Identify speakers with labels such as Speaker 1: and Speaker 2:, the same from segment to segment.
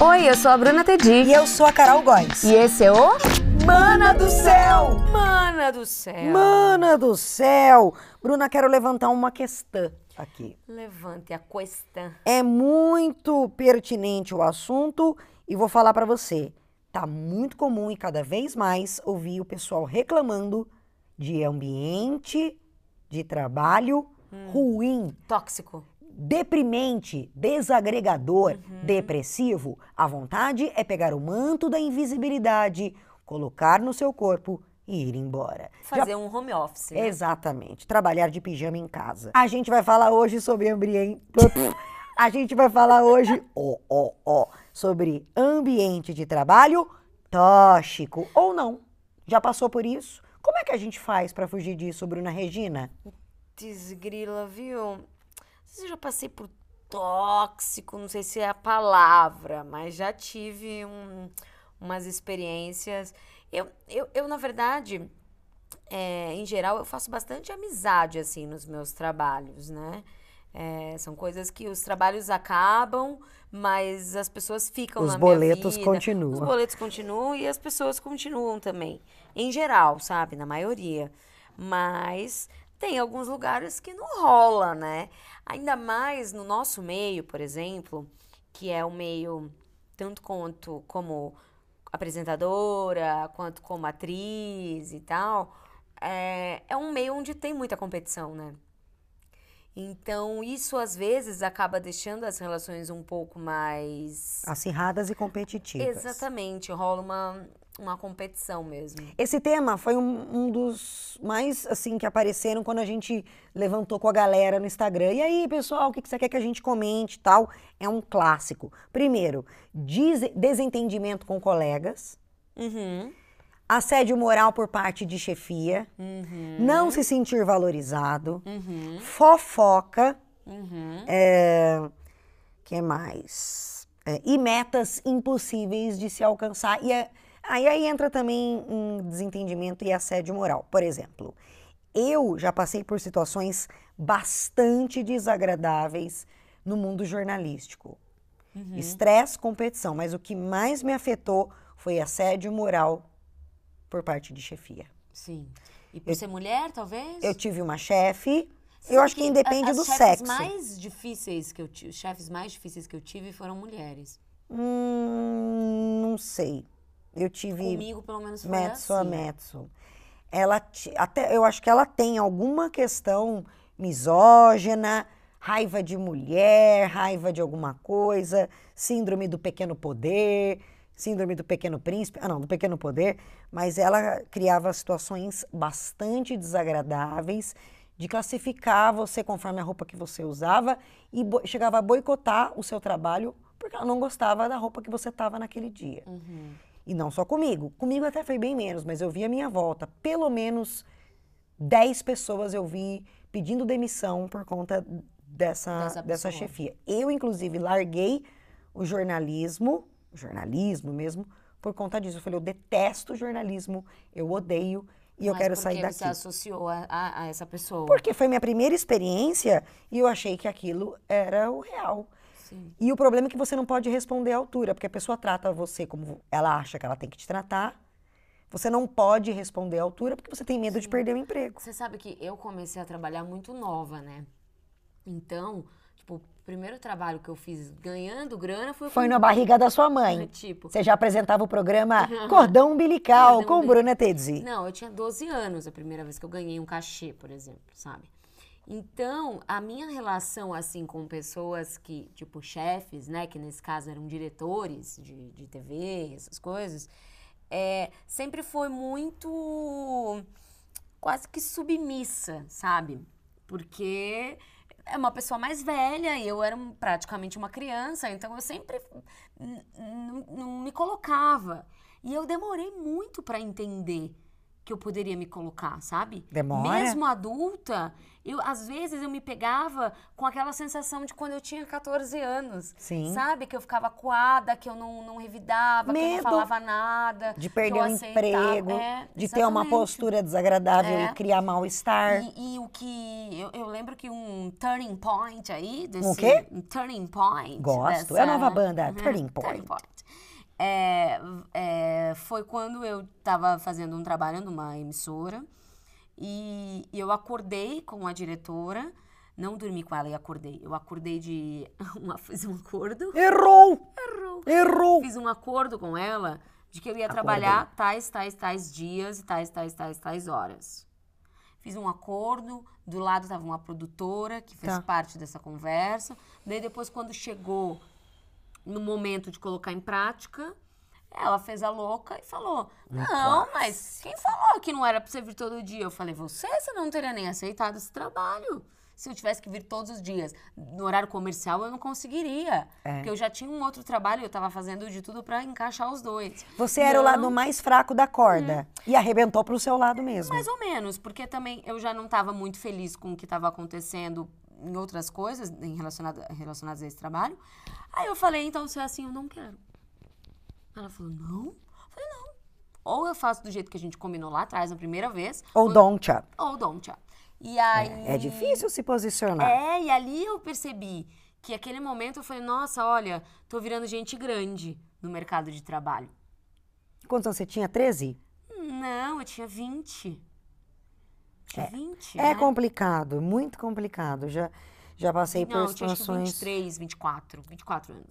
Speaker 1: Oi, eu sou a Bruna Tedi.
Speaker 2: E eu sou a Carol Góes.
Speaker 1: E esse é o
Speaker 2: Mana do Céu!
Speaker 1: Mana do Céu.
Speaker 2: É. Mana do Céu! Bruna, quero levantar uma questão aqui.
Speaker 1: Levante a questão.
Speaker 2: É muito pertinente o assunto e vou falar pra você. Tá muito comum e cada vez mais ouvir o pessoal reclamando de ambiente de trabalho ruim,
Speaker 1: Tóxico.
Speaker 2: deprimente, desagregador,
Speaker 1: Uhum.
Speaker 2: depressivo. A vontade é pegar o manto da invisibilidade, colocar no seu corpo e ir embora. Já
Speaker 1: Fazer um home office. né?
Speaker 2: Exatamente. Trabalhar de pijama em casa. A gente vai falar hoje sobre ambiente. A gente vai falar hoje, ó, ó, ó, sobre ambiente de trabalho tóxico ou não. Já passou por isso? Como é que a gente faz pra fugir disso, Bruna Regina?
Speaker 1: Desgrila, viu? Não sei se eu já passei por tóxico, não sei se é a palavra, mas já tive um- umas experiências. Eu, eu, eu, na verdade, é, em geral, eu faço bastante amizade, assim, nos meus trabalhos, né? É, são coisas que os trabalhos acabam, mas as pessoas ficam
Speaker 2: Os
Speaker 1: na
Speaker 2: boletos
Speaker 1: minha vida. Os
Speaker 2: continuam.
Speaker 1: boletos continuam e as pessoas continuam também. Em geral, sabe? Na maioria. Mas tem alguns lugares que não rola, né? Ainda mais no nosso meio, por exemplo, que é o meio tanto quanto como apresentadora, quanto como atriz e tal. É, é um meio onde tem muita competição, né? Então, isso às vezes acaba deixando as relações um pouco mais
Speaker 2: Acirradas e competitivas.
Speaker 1: Exatamente, rola uma, uma competição mesmo.
Speaker 2: Esse tema foi um, um dos mais, assim, que apareceram quando a gente levantou com a galera no Instagram. E aí, pessoal, o que que você quer que a gente comente e tal? É um clássico. Primeiro, diz- desentendimento com colegas,
Speaker 1: Uhum.
Speaker 2: assédio moral por parte de chefia,
Speaker 1: Uhum.
Speaker 2: não se sentir valorizado,
Speaker 1: Uhum.
Speaker 2: fofoca,
Speaker 1: Uhum.
Speaker 2: É. que mais? É, e metas impossíveis de se alcançar. E é- aí, aí entra também um desentendimento e assédio moral. Por exemplo, eu já passei por situações bastante desagradáveis no mundo jornalístico.
Speaker 1: Uhum.
Speaker 2: Estresse, competição. Mas o que mais me afetou foi assédio moral por parte de chefia.
Speaker 1: Sim. E por ser mulher, talvez?
Speaker 2: Eu tive uma chefe,
Speaker 1: Sabe
Speaker 2: eu acho que independe
Speaker 1: a- as
Speaker 2: do
Speaker 1: chefes
Speaker 2: sexo.
Speaker 1: mais difíceis que eu tive, os chefes mais difíceis que eu tive foram mulheres.
Speaker 2: Hum, não sei. Eu tive.
Speaker 1: Comigo, pelo menos, foi
Speaker 2: Metsu a
Speaker 1: assim.
Speaker 2: Metsu. Ela ti- até eu acho que ela tem alguma questão misógina, raiva de mulher, raiva de alguma coisa, síndrome do pequeno poder, síndrome do pequeno príncipe, ah não, do pequeno poder, mas ela criava situações bastante desagradáveis de classificar você conforme a roupa que você usava e bo- chegava a boicotar o seu trabalho porque ela não gostava da roupa que você estava naquele dia.
Speaker 1: Uhum.
Speaker 2: E não só comigo. Comigo até foi bem menos, mas eu vi a minha volta. Pelo menos 10 pessoas eu vi pedindo demissão por conta dessa,
Speaker 1: Dessa
Speaker 2: dessa,
Speaker 1: pessoa.
Speaker 2: chefia. Eu, inclusive, larguei o jornalismo, o jornalismo mesmo, por conta disso. Eu falei, eu detesto jornalismo, eu odeio e eu
Speaker 1: Mas
Speaker 2: quero
Speaker 1: por
Speaker 2: sair
Speaker 1: que
Speaker 2: daqui.
Speaker 1: você associou a, a- a essa pessoa?
Speaker 2: Porque foi minha primeira experiência e eu achei que aquilo era o real.
Speaker 1: Sim.
Speaker 2: E o problema é que você não pode responder à altura, porque a pessoa trata você como ela acha que ela tem que te tratar. Você não pode responder à altura porque você tem medo de perder o emprego.
Speaker 1: Você sabe que eu comecei a trabalhar muito nova, né? Então, tipo, o primeiro trabalho que eu fiz ganhando grana foi...
Speaker 2: Foi
Speaker 1: com-
Speaker 2: na barriga da sua mãe.
Speaker 1: Tipo,
Speaker 2: Você já apresentava o programa Cordão Umbilical
Speaker 1: Cordão
Speaker 2: com
Speaker 1: umbilical.
Speaker 2: Bruna Tedzi.
Speaker 1: Não, eu tinha 12 anos a primeira vez que eu ganhei um cachê, por exemplo, sabe? Então, a minha relação, assim, com pessoas que, tipo, chefes, né? Que nesse caso eram diretores de, de TV, essas coisas, é, sempre foi muito quase que submissa, sabe? Porque é uma pessoa mais velha e eu era um- praticamente uma criança, então eu sempre n- n- não me colocava. E eu demorei muito para entender que eu poderia me colocar, sabe?
Speaker 2: Demora.
Speaker 1: Mesmo adulta, eu às vezes eu me pegava com aquela sensação de quando eu tinha 14 anos.
Speaker 2: Sim.
Speaker 1: Sabe? Que eu ficava coada, que eu não, não revidava, que eu
Speaker 2: Medo.
Speaker 1: não falava nada.
Speaker 2: De
Speaker 1: que
Speaker 2: perder
Speaker 1: eu
Speaker 2: o
Speaker 1: aceitava.
Speaker 2: emprego,
Speaker 1: É,
Speaker 2: de ter uma
Speaker 1: exatamente.
Speaker 2: postura desagradável
Speaker 1: É.
Speaker 2: e criar mal-estar.
Speaker 1: E, e o que. Eu, eu lembro que um turning point aí. Desse,
Speaker 2: Um quê?
Speaker 1: Um turning point.
Speaker 2: Gosto. É a nova banda,
Speaker 1: Uhum,
Speaker 2: Turning Point.
Speaker 1: É, é, foi quando eu estava fazendo um trabalho numa emissora e eu acordei com a diretora. Não dormi com ela e acordei. Eu acordei de. Uma, fiz um acordo.
Speaker 2: Errou!
Speaker 1: Errou
Speaker 2: Errou!
Speaker 1: fiz um acordo com ela de que eu ia
Speaker 2: Acordei.
Speaker 1: trabalhar tais, tais, tais dias e tais, tais, tais, tais horas. Fiz um acordo, do lado estava uma produtora que fez
Speaker 2: Tá.
Speaker 1: parte dessa conversa. Daí depois, quando chegou no momento de colocar em prática, ela fez a louca e falou: Não, mas quem falou que não era pra você vir todo dia? Eu falei: Você, você não teria nem aceitado esse trabalho. Se eu tivesse que vir todos os dias no horário comercial, eu não conseguiria.
Speaker 2: É.
Speaker 1: Porque eu já tinha um outro trabalho, eu tava fazendo de tudo pra encaixar os dois.
Speaker 2: Você era o
Speaker 1: Não. Uhum.
Speaker 2: lado mais fraco da corda e arrebentou pro seu lado mesmo.
Speaker 1: Mais ou menos, porque também eu já não estava muito feliz com o que estava acontecendo em outras coisas em relacionado, relacionadas a esse trabalho. Aí eu falei, então, se é assim, eu não quero. Ela falou, não? Eu falei, não. Ou eu faço do jeito que a gente combinou lá atrás, na primeira vez,
Speaker 2: Ou don't ya.
Speaker 1: ou don't. ya." E aí...
Speaker 2: É difícil se posicionar.
Speaker 1: É, e ali eu percebi que aquele momento eu falei, nossa, olha, tô virando gente grande no mercado de trabalho.
Speaker 2: Quantos anos você tinha? 13?
Speaker 1: Não, eu tinha 20. Tinha 20,
Speaker 2: É
Speaker 1: né?
Speaker 2: complicado, muito complicado. Já, já passei
Speaker 1: Não,
Speaker 2: por
Speaker 1: eu tinha acho que
Speaker 2: situações.
Speaker 1: 23, 24, 24 anos.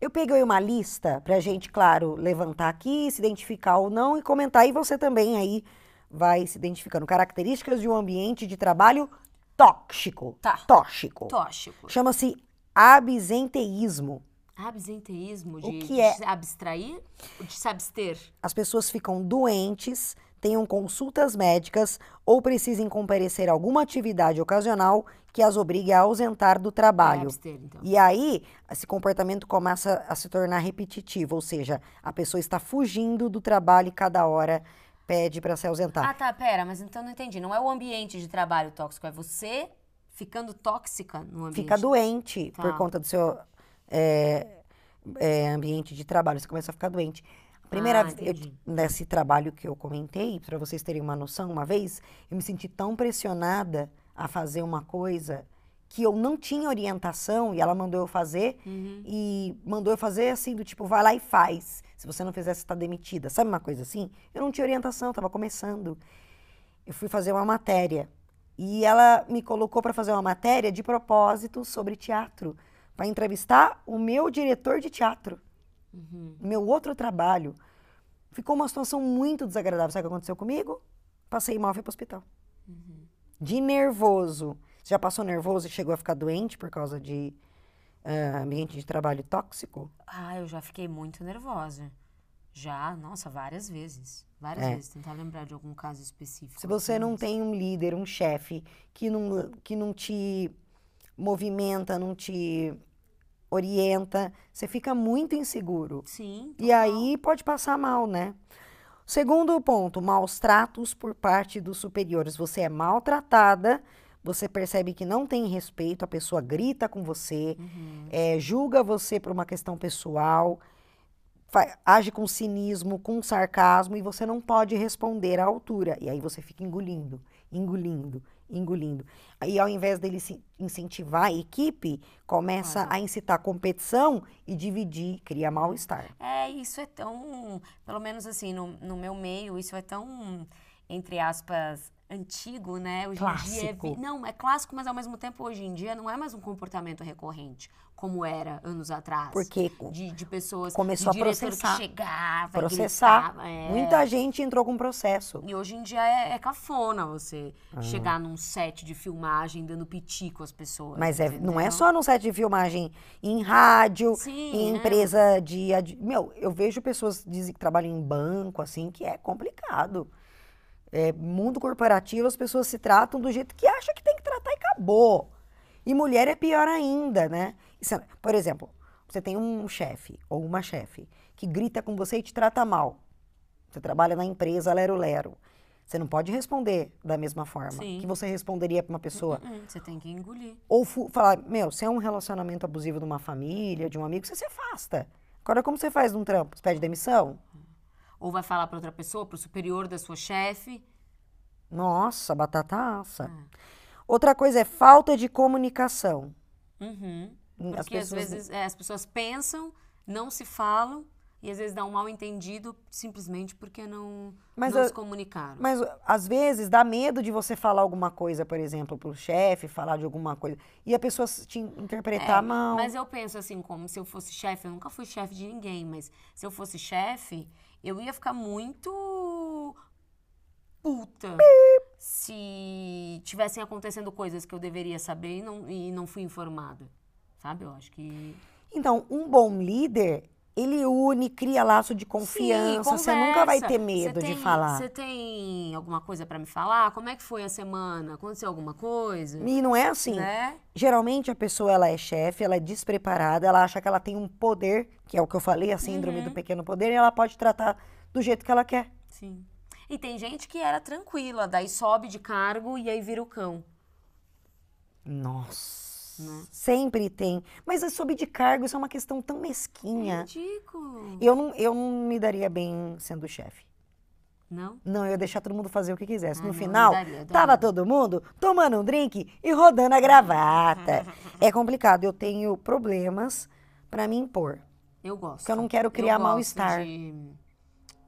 Speaker 2: Eu peguei uma lista pra gente, claro, levantar aqui, se identificar ou não e comentar. E você também aí vai se identificando. Características de um ambiente de trabalho tóxico.
Speaker 1: Tá.
Speaker 2: Tóxico.
Speaker 1: Tóxico.
Speaker 2: Chama-se absenteísmo.
Speaker 1: Absenteísmo, de,
Speaker 2: O que
Speaker 1: de
Speaker 2: é?
Speaker 1: se abstrair, de se abster. É,
Speaker 2: As pessoas ficam doentes, tenham consultas médicas ou precisem comparecer a alguma atividade ocasional que as obrigue a ausentar do
Speaker 1: É
Speaker 2: trabalho.
Speaker 1: abster, então.
Speaker 2: E aí, esse comportamento começa a se tornar repetitivo, ou seja, a pessoa está fugindo do trabalho e cada hora pede para se ausentar.
Speaker 1: Ah, tá, pera, mas então não entendi. Não é o ambiente de trabalho tóxico, é você ficando tóxica no ambiente.
Speaker 2: Fica doente
Speaker 1: Tá.
Speaker 2: por conta do seu é, é, ambiente de trabalho, você começa a ficar doente. A primeira
Speaker 1: Ah,
Speaker 2: vez, eu-
Speaker 1: entendi.
Speaker 2: nesse trabalho que eu comentei, para vocês terem uma noção, uma vez eu me senti tão pressionada a fazer uma coisa que eu não tinha orientação e ela mandou eu fazer
Speaker 1: Uhum.
Speaker 2: e mandou eu fazer assim, do tipo, vai lá e faz. Se você não fizer, você está demitida. Sabe uma coisa assim? Eu não tinha orientação, estava começando. Eu fui fazer uma matéria e ela me colocou para fazer uma matéria de propósito sobre teatro, para entrevistar o meu diretor de teatro,
Speaker 1: Uhum.
Speaker 2: meu outro trabalho. Ficou uma situação muito desagradável. Sabe o que aconteceu comigo? Passei mal, fui para hospital. De nervoso. Você já passou nervoso e chegou a ficar doente por causa de ah, ambiente de trabalho tóxico?
Speaker 1: Ah, eu já fiquei muito nervosa. Já, nossa, várias vezes. Várias vezes. Tentar lembrar de algum caso específico.
Speaker 2: É. Se você
Speaker 1: assim,
Speaker 2: não
Speaker 1: mas-
Speaker 2: tem um líder, um chefe que não, que não te movimenta, não te orienta, você fica muito inseguro.
Speaker 1: Sim.
Speaker 2: E aí pode passar mal, né? Segundo ponto, maus tratos por parte dos superiores. Você é maltratada, você percebe que não tem respeito, a pessoa grita com você,
Speaker 1: Uhum.
Speaker 2: eh, julga você por uma questão pessoal, fa- age com cinismo, com sarcasmo e você não pode responder à altura. E aí você fica engolindo, engolindo, engolindo. E ao invés dele se incentivar a equipe, começa a incitar competição e dividir, cria mal-estar.
Speaker 1: É, isso é tão, pelo menos assim, no, no meu meio, isso é tão, entre aspas, antigo, né? Hoje em dia é, vi-
Speaker 2: Clássico.
Speaker 1: não, é clássico, mas ao mesmo tempo hoje em dia não é mais um comportamento recorrente, como era anos atrás.
Speaker 2: Porque
Speaker 1: De, de pessoas,
Speaker 2: Começou a
Speaker 1: de diretor
Speaker 2: processar.
Speaker 1: que chegava, e
Speaker 2: processar.
Speaker 1: gritava, é.
Speaker 2: Muita gente entrou com processo.
Speaker 1: E hoje em dia é, é cafona você
Speaker 2: Ah.
Speaker 1: chegar num set de filmagem dando piti com as pessoas.
Speaker 2: Mas é, não é
Speaker 1: entendeu?
Speaker 2: só no set de filmagem, em rádio,
Speaker 1: Sim,
Speaker 2: em
Speaker 1: né?
Speaker 2: empresa de. ad- Meu, eu vejo pessoas dizem que trabalham em banco, assim, que é complicado. É, mundo corporativo, as pessoas se tratam do jeito que acham que tem que tratar e acabou. E mulher é pior ainda, né? Isso é- por exemplo, você tem um chefe ou uma chefe que grita com você e te trata mal. Você trabalha na empresa Lero Lero. Você não pode responder da mesma forma
Speaker 1: Sim.
Speaker 2: que você responderia para uma pessoa.
Speaker 1: Hum, Você tem que engolir.
Speaker 2: Ou fu- falar, meu, se é um relacionamento abusivo de uma família, de um amigo, você se afasta. Agora, como você faz num trampo? Você pede demissão?
Speaker 1: Ou vai falar pra outra pessoa, pro superior da sua chefe.
Speaker 2: Nossa, batataça.
Speaker 1: Ah.
Speaker 2: Outra coisa é falta de comunicação.
Speaker 1: Uhum.
Speaker 2: Hum,
Speaker 1: Porque às vezes é, as pessoas pensam, não se falam e às vezes dá um mal entendido simplesmente porque não,
Speaker 2: Mas
Speaker 1: não
Speaker 2: eu-
Speaker 1: se comunicaram.
Speaker 2: Mas ó, às vezes dá medo de você falar alguma coisa, por exemplo, pro chefe, falar de alguma coisa, e a pessoa se- te interpretar mal.
Speaker 1: É, Mas eu penso assim, como se eu fosse chefe, eu nunca fui chefe de ninguém, mas se eu fosse chefe, eu ia ficar muito puta se tivessem acontecendo coisas que eu deveria saber e não, e não fui informada. Sabe? Eu acho que.
Speaker 2: Então, um bom líder, ele une, cria laço de confiança.
Speaker 1: Sim,
Speaker 2: você nunca vai
Speaker 1: conversa.
Speaker 2: ter medo
Speaker 1: Você
Speaker 2: de
Speaker 1: tem-
Speaker 2: falar.
Speaker 1: Você tem alguma coisa pra me falar? Como é que foi a semana? Aconteceu alguma coisa?
Speaker 2: E não é assim.
Speaker 1: Né?
Speaker 2: Geralmente a pessoa ela é chefe, ela é despreparada, ela acha que ela tem um poder, que é o que eu falei, a síndrome
Speaker 1: Uhum.
Speaker 2: do pequeno poder, e ela pode tratar do jeito que ela quer.
Speaker 1: Sim. E tem gente que era tranquila, daí sobe de cargo e aí vira o cão.
Speaker 2: Nossa.
Speaker 1: Né?
Speaker 2: Sempre tem. Mas é sob de cargo, isso é uma questão tão mesquinha.
Speaker 1: Ridículo.
Speaker 2: Eu não, eu não me daria bem sendo chefe.
Speaker 1: Não?
Speaker 2: Não, eu ia deixar todo mundo fazer o que quisesse.
Speaker 1: Ah,
Speaker 2: No
Speaker 1: não, não
Speaker 2: final,
Speaker 1: daria, eu
Speaker 2: tava
Speaker 1: daria.
Speaker 2: todo mundo tomando um drink e rodando a gravata. é complicado, eu tenho problemas pra me impor.
Speaker 1: Eu gosto.
Speaker 2: Porque eu não quero criar
Speaker 1: gosto
Speaker 2: mal-estar.
Speaker 1: De,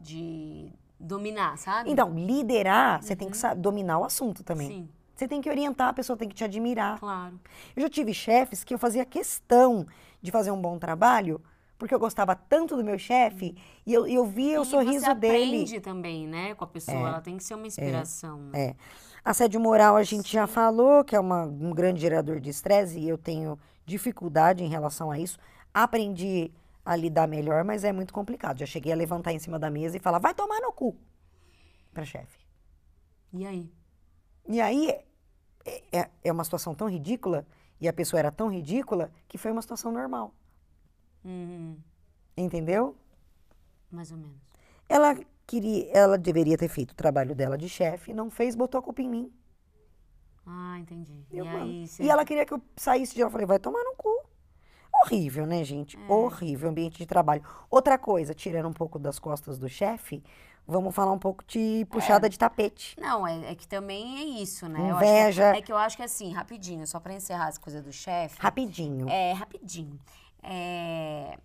Speaker 1: de dominar, sabe?
Speaker 2: Então, liderar, você tem que sa- dominar o assunto também.
Speaker 1: Uhum. Sim,
Speaker 2: Você tem que orientar, a pessoa tem que te admirar.
Speaker 1: claro.
Speaker 2: Eu já tive chefes que eu fazia questão de fazer um bom trabalho, porque eu gostava tanto do meu chefe e eu, e eu via o
Speaker 1: e
Speaker 2: sorriso
Speaker 1: você
Speaker 2: dele.
Speaker 1: aprende também, né, com a pessoa. Ela tem que ser uma inspiração. né?
Speaker 2: É. Assédio moral, a gente já falou que é uma- um grande gerador de estresse e eu tenho dificuldade em relação a isso. Aprendi a lidar melhor, mas é muito complicado. Já cheguei a levantar em cima da mesa e falar, vai tomar no cu, pra chefe.
Speaker 1: E aí?
Speaker 2: E aí é- é, é uma situação tão ridícula e a pessoa era tão ridícula que foi uma situação normal,
Speaker 1: Hum,
Speaker 2: entendeu?
Speaker 1: mais ou menos.
Speaker 2: Ela queria, ela deveria ter feito o trabalho dela de chefe, não fez, botou a culpa em mim.
Speaker 1: Ah, entendi.
Speaker 2: Eu
Speaker 1: e
Speaker 2: mando.
Speaker 1: aí?
Speaker 2: E ela queria que eu saísse de lá. Eu falei, vai tomar no cu. Horrível, né, gente?
Speaker 1: É.
Speaker 2: Horrível ambiente de trabalho. Outra coisa, tirando um pouco das costas do chefe, vamos falar um pouco de
Speaker 1: É.
Speaker 2: puxada de tapete.
Speaker 1: Não, é, é que também é isso, né? Eu acho que-
Speaker 2: Inveja.
Speaker 1: é que eu acho que assim, rapidinho, só pra encerrar as coisas do chefe.
Speaker 2: Rapidinho.
Speaker 1: É, rapidinho. É,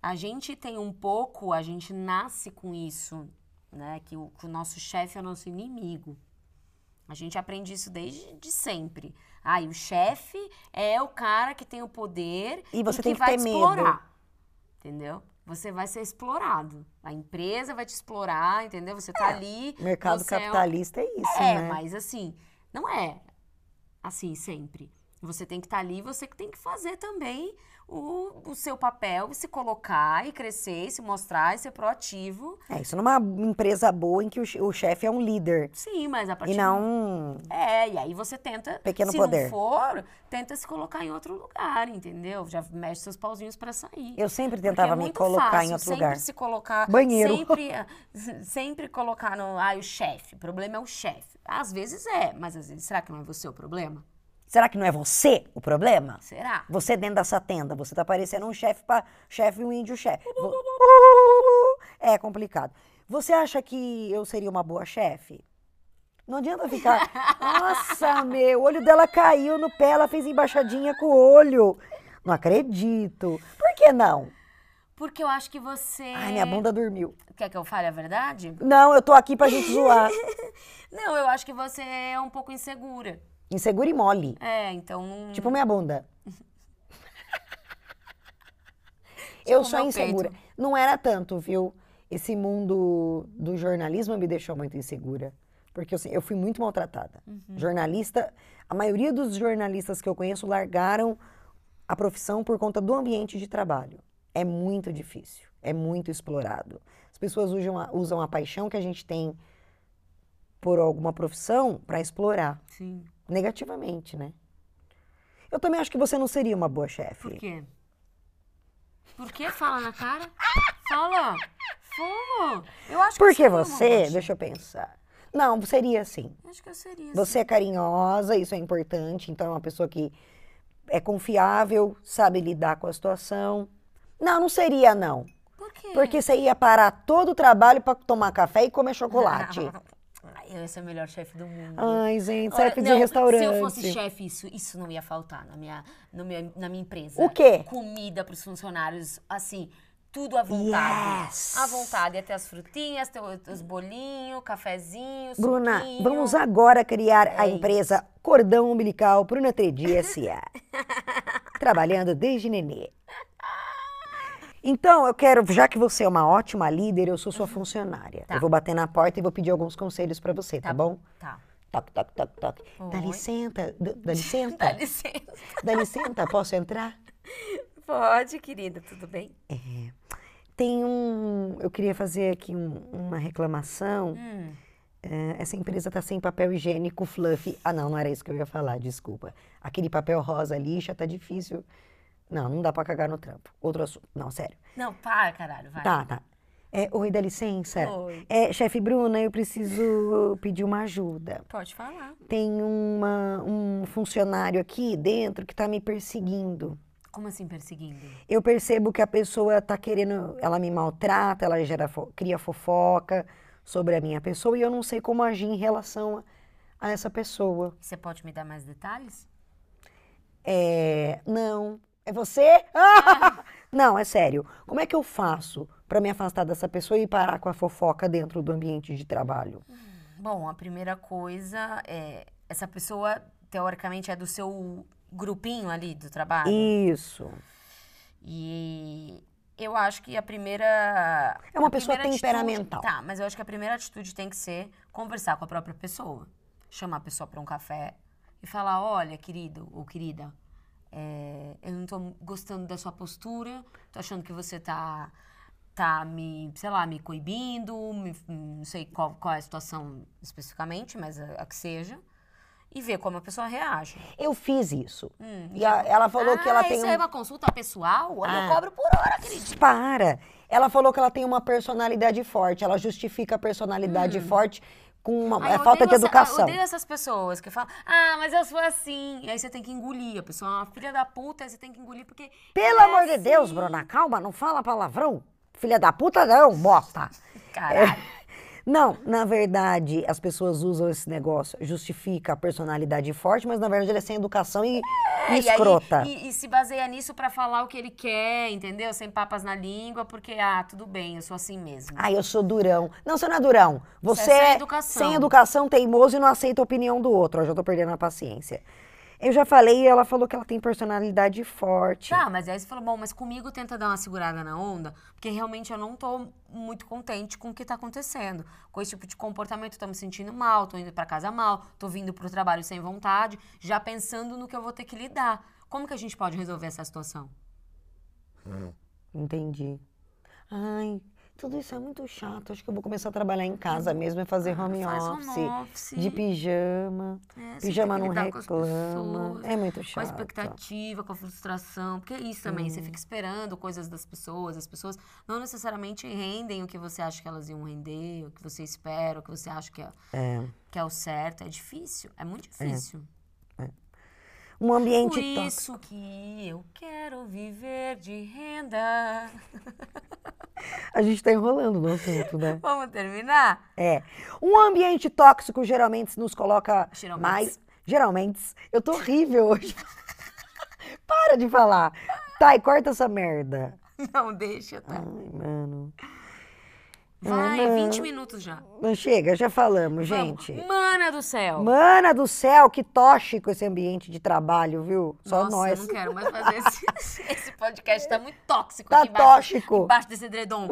Speaker 1: a gente tem um pouco, a gente nasce com isso, né? Que o, que o nosso chefe é o nosso inimigo. A gente aprende isso desde de sempre. Ah, e o chefe é o cara que tem o poder
Speaker 2: E você tem que
Speaker 1: vai
Speaker 2: ter
Speaker 1: te
Speaker 2: medo.
Speaker 1: explorar. Entendeu? Você vai ser explorado. A empresa vai te explorar, entendeu? Você tá ali.
Speaker 2: É, Mercado
Speaker 1: você é o-
Speaker 2: capitalista é, isso,
Speaker 1: é,
Speaker 2: né?
Speaker 1: mas assim, não é assim sempre. Você tem que estar ali, você que tem que fazer também o, o seu papel, e se colocar e crescer, e se mostrar e ser proativo.
Speaker 2: É, isso numa empresa boa em que o che- o chefe é um líder
Speaker 1: Sim, mas a partir
Speaker 2: e não
Speaker 1: É, e aí você tenta,
Speaker 2: Pequeno
Speaker 1: se
Speaker 2: poder.
Speaker 1: não for, tenta se colocar em outro lugar, entendeu? Já mexe seus pauzinhos pra sair.
Speaker 2: Eu sempre
Speaker 1: Porque
Speaker 2: tentava
Speaker 1: é
Speaker 2: me
Speaker 1: muito
Speaker 2: colocar
Speaker 1: fácil
Speaker 2: em outro
Speaker 1: sempre
Speaker 2: lugar.
Speaker 1: se colocar.
Speaker 2: Banheiro.
Speaker 1: Sempre, sempre colocar no. Ah, o chefe. O problema é o chefe. Às vezes é, mas às vezes. Será que não é você o problema?
Speaker 2: Será que não é você o problema?
Speaker 1: Será?
Speaker 2: Você dentro dessa tenda, você tá parecendo um chefe para chefe um índio chefe. Vo- É complicado. Você acha que eu seria uma boa chefe? Não adianta ficar. Nossa, meu, o olho dela caiu no pé, ela fez embaixadinha com o olho. Não acredito. Por que não?
Speaker 1: Porque eu acho que você.
Speaker 2: Ai, minha bunda dormiu.
Speaker 1: Quer que eu fale a verdade?
Speaker 2: Não, eu tô aqui pra gente zoar.
Speaker 1: Não, eu acho que você é um pouco insegura.
Speaker 2: Insegura e mole.
Speaker 1: É, então. não-
Speaker 2: Tipo minha bunda. eu
Speaker 1: Tipo
Speaker 2: sou
Speaker 1: meu
Speaker 2: insegura. Não era tanto, viu? Esse mundo do jornalismo me deixou muito insegura. Porque assim, eu fui muito maltratada. Jornalista, a maioria dos jornalistas que eu conheço largaram a profissão por conta do ambiente de trabalho. É muito difícil, é muito explorado. As pessoas usam a, usam a paixão que a gente tem por alguma profissão para explorar
Speaker 1: Sim.
Speaker 2: negativamente, né? Eu também acho que você não seria uma boa
Speaker 1: Por
Speaker 2: chefe.
Speaker 1: quê? Por que fala na cara? Fala! Fala! Eu acho que
Speaker 2: Porque
Speaker 1: seria é uma
Speaker 2: você,
Speaker 1: boa
Speaker 2: deixa eu pensar. Não, seria assim.
Speaker 1: Acho que eu seria. assim.
Speaker 2: Você é carinhosa, isso é importante. Então, é uma pessoa que é confiável, sabe lidar com a situação. Não, não seria, não.
Speaker 1: assim. Por quê?
Speaker 2: Porque você ia parar todo o trabalho para tomar café e comer chocolate.
Speaker 1: Ai, eu ia ser o melhor chefe do mundo.
Speaker 2: Ai, gente,
Speaker 1: Olha,
Speaker 2: chefe de
Speaker 1: não,
Speaker 2: restaurante.
Speaker 1: Se eu fosse chefe, isso, isso não ia faltar na minha, no meu, na minha empresa.
Speaker 2: O quê?
Speaker 1: Comida pros funcionários, assim, tudo à vontade.
Speaker 2: Yes!
Speaker 1: À vontade. Ia ter as frutinhas, ter o- os bolinhos, cafezinho,
Speaker 2: Bruna,
Speaker 1: suquinho.
Speaker 2: vamos agora criar a
Speaker 1: É isso.
Speaker 2: empresa Cordão Umbilical Bruna Tredi S.A. Trabalhando desde nenê. Então, eu quero, já que você é uma ótima líder, eu sou sua funcionária.
Speaker 1: Tá.
Speaker 2: Eu vou bater na porta e vou pedir alguns conselhos pra você, tá,
Speaker 1: Tá
Speaker 2: bom?
Speaker 1: Tá.
Speaker 2: Toque, toque, toque, toque. Dá
Speaker 1: Oi.
Speaker 2: licença, d- dá
Speaker 1: Dá
Speaker 2: licença,
Speaker 1: licença.
Speaker 2: dá licença, posso entrar?
Speaker 1: Pode, querida, tudo bem?
Speaker 2: Tem um, eu queria fazer aqui um- uma reclamação.
Speaker 1: Hum,
Speaker 2: É, Essa empresa tá sem papel higiênico fluffy. Ah, não, não era isso que eu ia falar, desculpa. Aquele papel rosa ali já tá difícil. Não, não dá pra cagar no trampo. Outro assunto. Não, sério.
Speaker 1: Não, para, caralho, vai.
Speaker 2: Tá, tá. É, oi, dá licença.
Speaker 1: Oi.
Speaker 2: É, chefe Bruna, eu preciso pedir uma ajuda.
Speaker 1: Pode falar.
Speaker 2: Tem uma, um funcionário aqui dentro que tá me perseguindo.
Speaker 1: Como assim perseguindo?
Speaker 2: Eu percebo que a pessoa tá querendo, ela me maltrata, ela gera, fo- cria fofoca sobre a minha pessoa e eu não sei como agir em relação a- a essa pessoa.
Speaker 1: Você pode me dar mais detalhes?
Speaker 2: É, não. É você? Ah! Não, é sério. Como é que eu faço pra me afastar dessa pessoa e parar com a fofoca dentro do ambiente de trabalho?
Speaker 1: Bom, a primeira coisa é essa pessoa teoricamente é do seu grupinho ali do trabalho.
Speaker 2: Isso.
Speaker 1: E eu acho que a primeira
Speaker 2: É uma
Speaker 1: a
Speaker 2: pessoa
Speaker 1: primeira atitude-
Speaker 2: temperamental.
Speaker 1: tá, mas eu acho que a primeira atitude tem que ser conversar com a própria pessoa, chamar a pessoa para um café e falar, olha, querido ou querida, é, eu não tô gostando da sua postura, tô achando que você tá tá me, sei lá, me coibindo, me- não sei qual, qual é a situação especificamente, mas a, a que seja, e ver como a pessoa reage.
Speaker 2: Eu fiz isso.
Speaker 1: Hum,
Speaker 2: E a- ela falou que
Speaker 1: ah,
Speaker 2: ela tem
Speaker 1: isso
Speaker 2: um.
Speaker 1: é uma consulta pessoal?
Speaker 2: Ah.
Speaker 1: Eu cobro por hora, querido.
Speaker 2: Para! Ela falou que ela tem uma personalidade forte. Ela justifica a personalidade forte com uma
Speaker 1: Hum. Ai,
Speaker 2: é
Speaker 1: eu
Speaker 2: falta de
Speaker 1: odeio essa- eu
Speaker 2: educação.
Speaker 1: odeio essas pessoas que falam, ah, mas eu sou assim. E aí você tem que engolir. A pessoa é uma filha da puta, aí você tem que engolir porque.
Speaker 2: Pelo
Speaker 1: ela é
Speaker 2: amor de Deus,
Speaker 1: assim.
Speaker 2: Bruna, calma, não fala palavrão. Filha da puta, não, bosta.
Speaker 1: Caralho.
Speaker 2: Não, na verdade, as pessoas usam esse negócio, justifica a personalidade forte, mas na verdade ele é sem educação e, e
Speaker 1: É, e aí-
Speaker 2: escrota.
Speaker 1: E, e se baseia nisso pra falar o que ele quer, entendeu? Sem papas na língua, porque, ah, tudo bem, eu sou assim mesmo.
Speaker 2: Ai, eu sou durão. Não, você não é durão.
Speaker 1: Você é
Speaker 2: Você
Speaker 1: sem
Speaker 2: é
Speaker 1: educação.
Speaker 2: sem educação, teimoso e não aceita a opinião do outro. Eu já tô perdendo a paciência. Eu já falei e ela falou que ela tem personalidade forte.
Speaker 1: Tá, mas aí você falou, bom, mas comigo tenta dar uma segurada na onda, porque realmente eu não tô muito contente com o que tá acontecendo. Com esse tipo de comportamento, tô me sentindo mal, tô indo pra casa mal, tô vindo pro trabalho sem vontade, já pensando no que eu vou ter que lidar. Como que a gente pode resolver essa situação?
Speaker 2: Entendi. Ai, tudo isso é muito chato. Acho que eu vou começar a trabalhar em casa mesmo e fazer home
Speaker 1: Hum. Ah, Faz um
Speaker 2: office.
Speaker 1: home office.
Speaker 2: De pijama.
Speaker 1: É, você
Speaker 2: Pijama
Speaker 1: tem que
Speaker 2: não
Speaker 1: lidar com as
Speaker 2: reclama.
Speaker 1: pessoas,
Speaker 2: É muito
Speaker 1: Com a
Speaker 2: chato.
Speaker 1: expectativa, com a frustração, porque é isso também, você fica esperando coisas das pessoas, as pessoas não necessariamente rendem o que você acha que elas iam render, o que você espera, o que você acha que é, que é o certo, é difícil, é muito difícil.
Speaker 2: Um ambiente
Speaker 1: Por
Speaker 2: tóxico.
Speaker 1: isso que eu quero viver de renda.
Speaker 2: A gente tá enrolando no assunto, né?
Speaker 1: Vamos terminar?
Speaker 2: É. Um ambiente tóxico geralmente nos coloca
Speaker 1: Geralmente.
Speaker 2: mais. Geralmente. Eu tô horrível hoje. Para de falar. Tá, e corta essa merda.
Speaker 1: Não, deixa, tá?
Speaker 2: Ai, mano.
Speaker 1: Vai, 20 minutos já.
Speaker 2: Não chega, já falamos,
Speaker 1: Vamos.
Speaker 2: Hum. gente.
Speaker 1: Mana do céu!
Speaker 2: Mana do céu, que tóxico esse ambiente de trabalho, viu? Só
Speaker 1: Nossa, eu
Speaker 2: nós.
Speaker 1: não quero mais fazer esse, esse podcast. Tá muito tóxico
Speaker 2: Tá
Speaker 1: aqui embaixo,
Speaker 2: tóxico.
Speaker 1: embaixo desse edredom.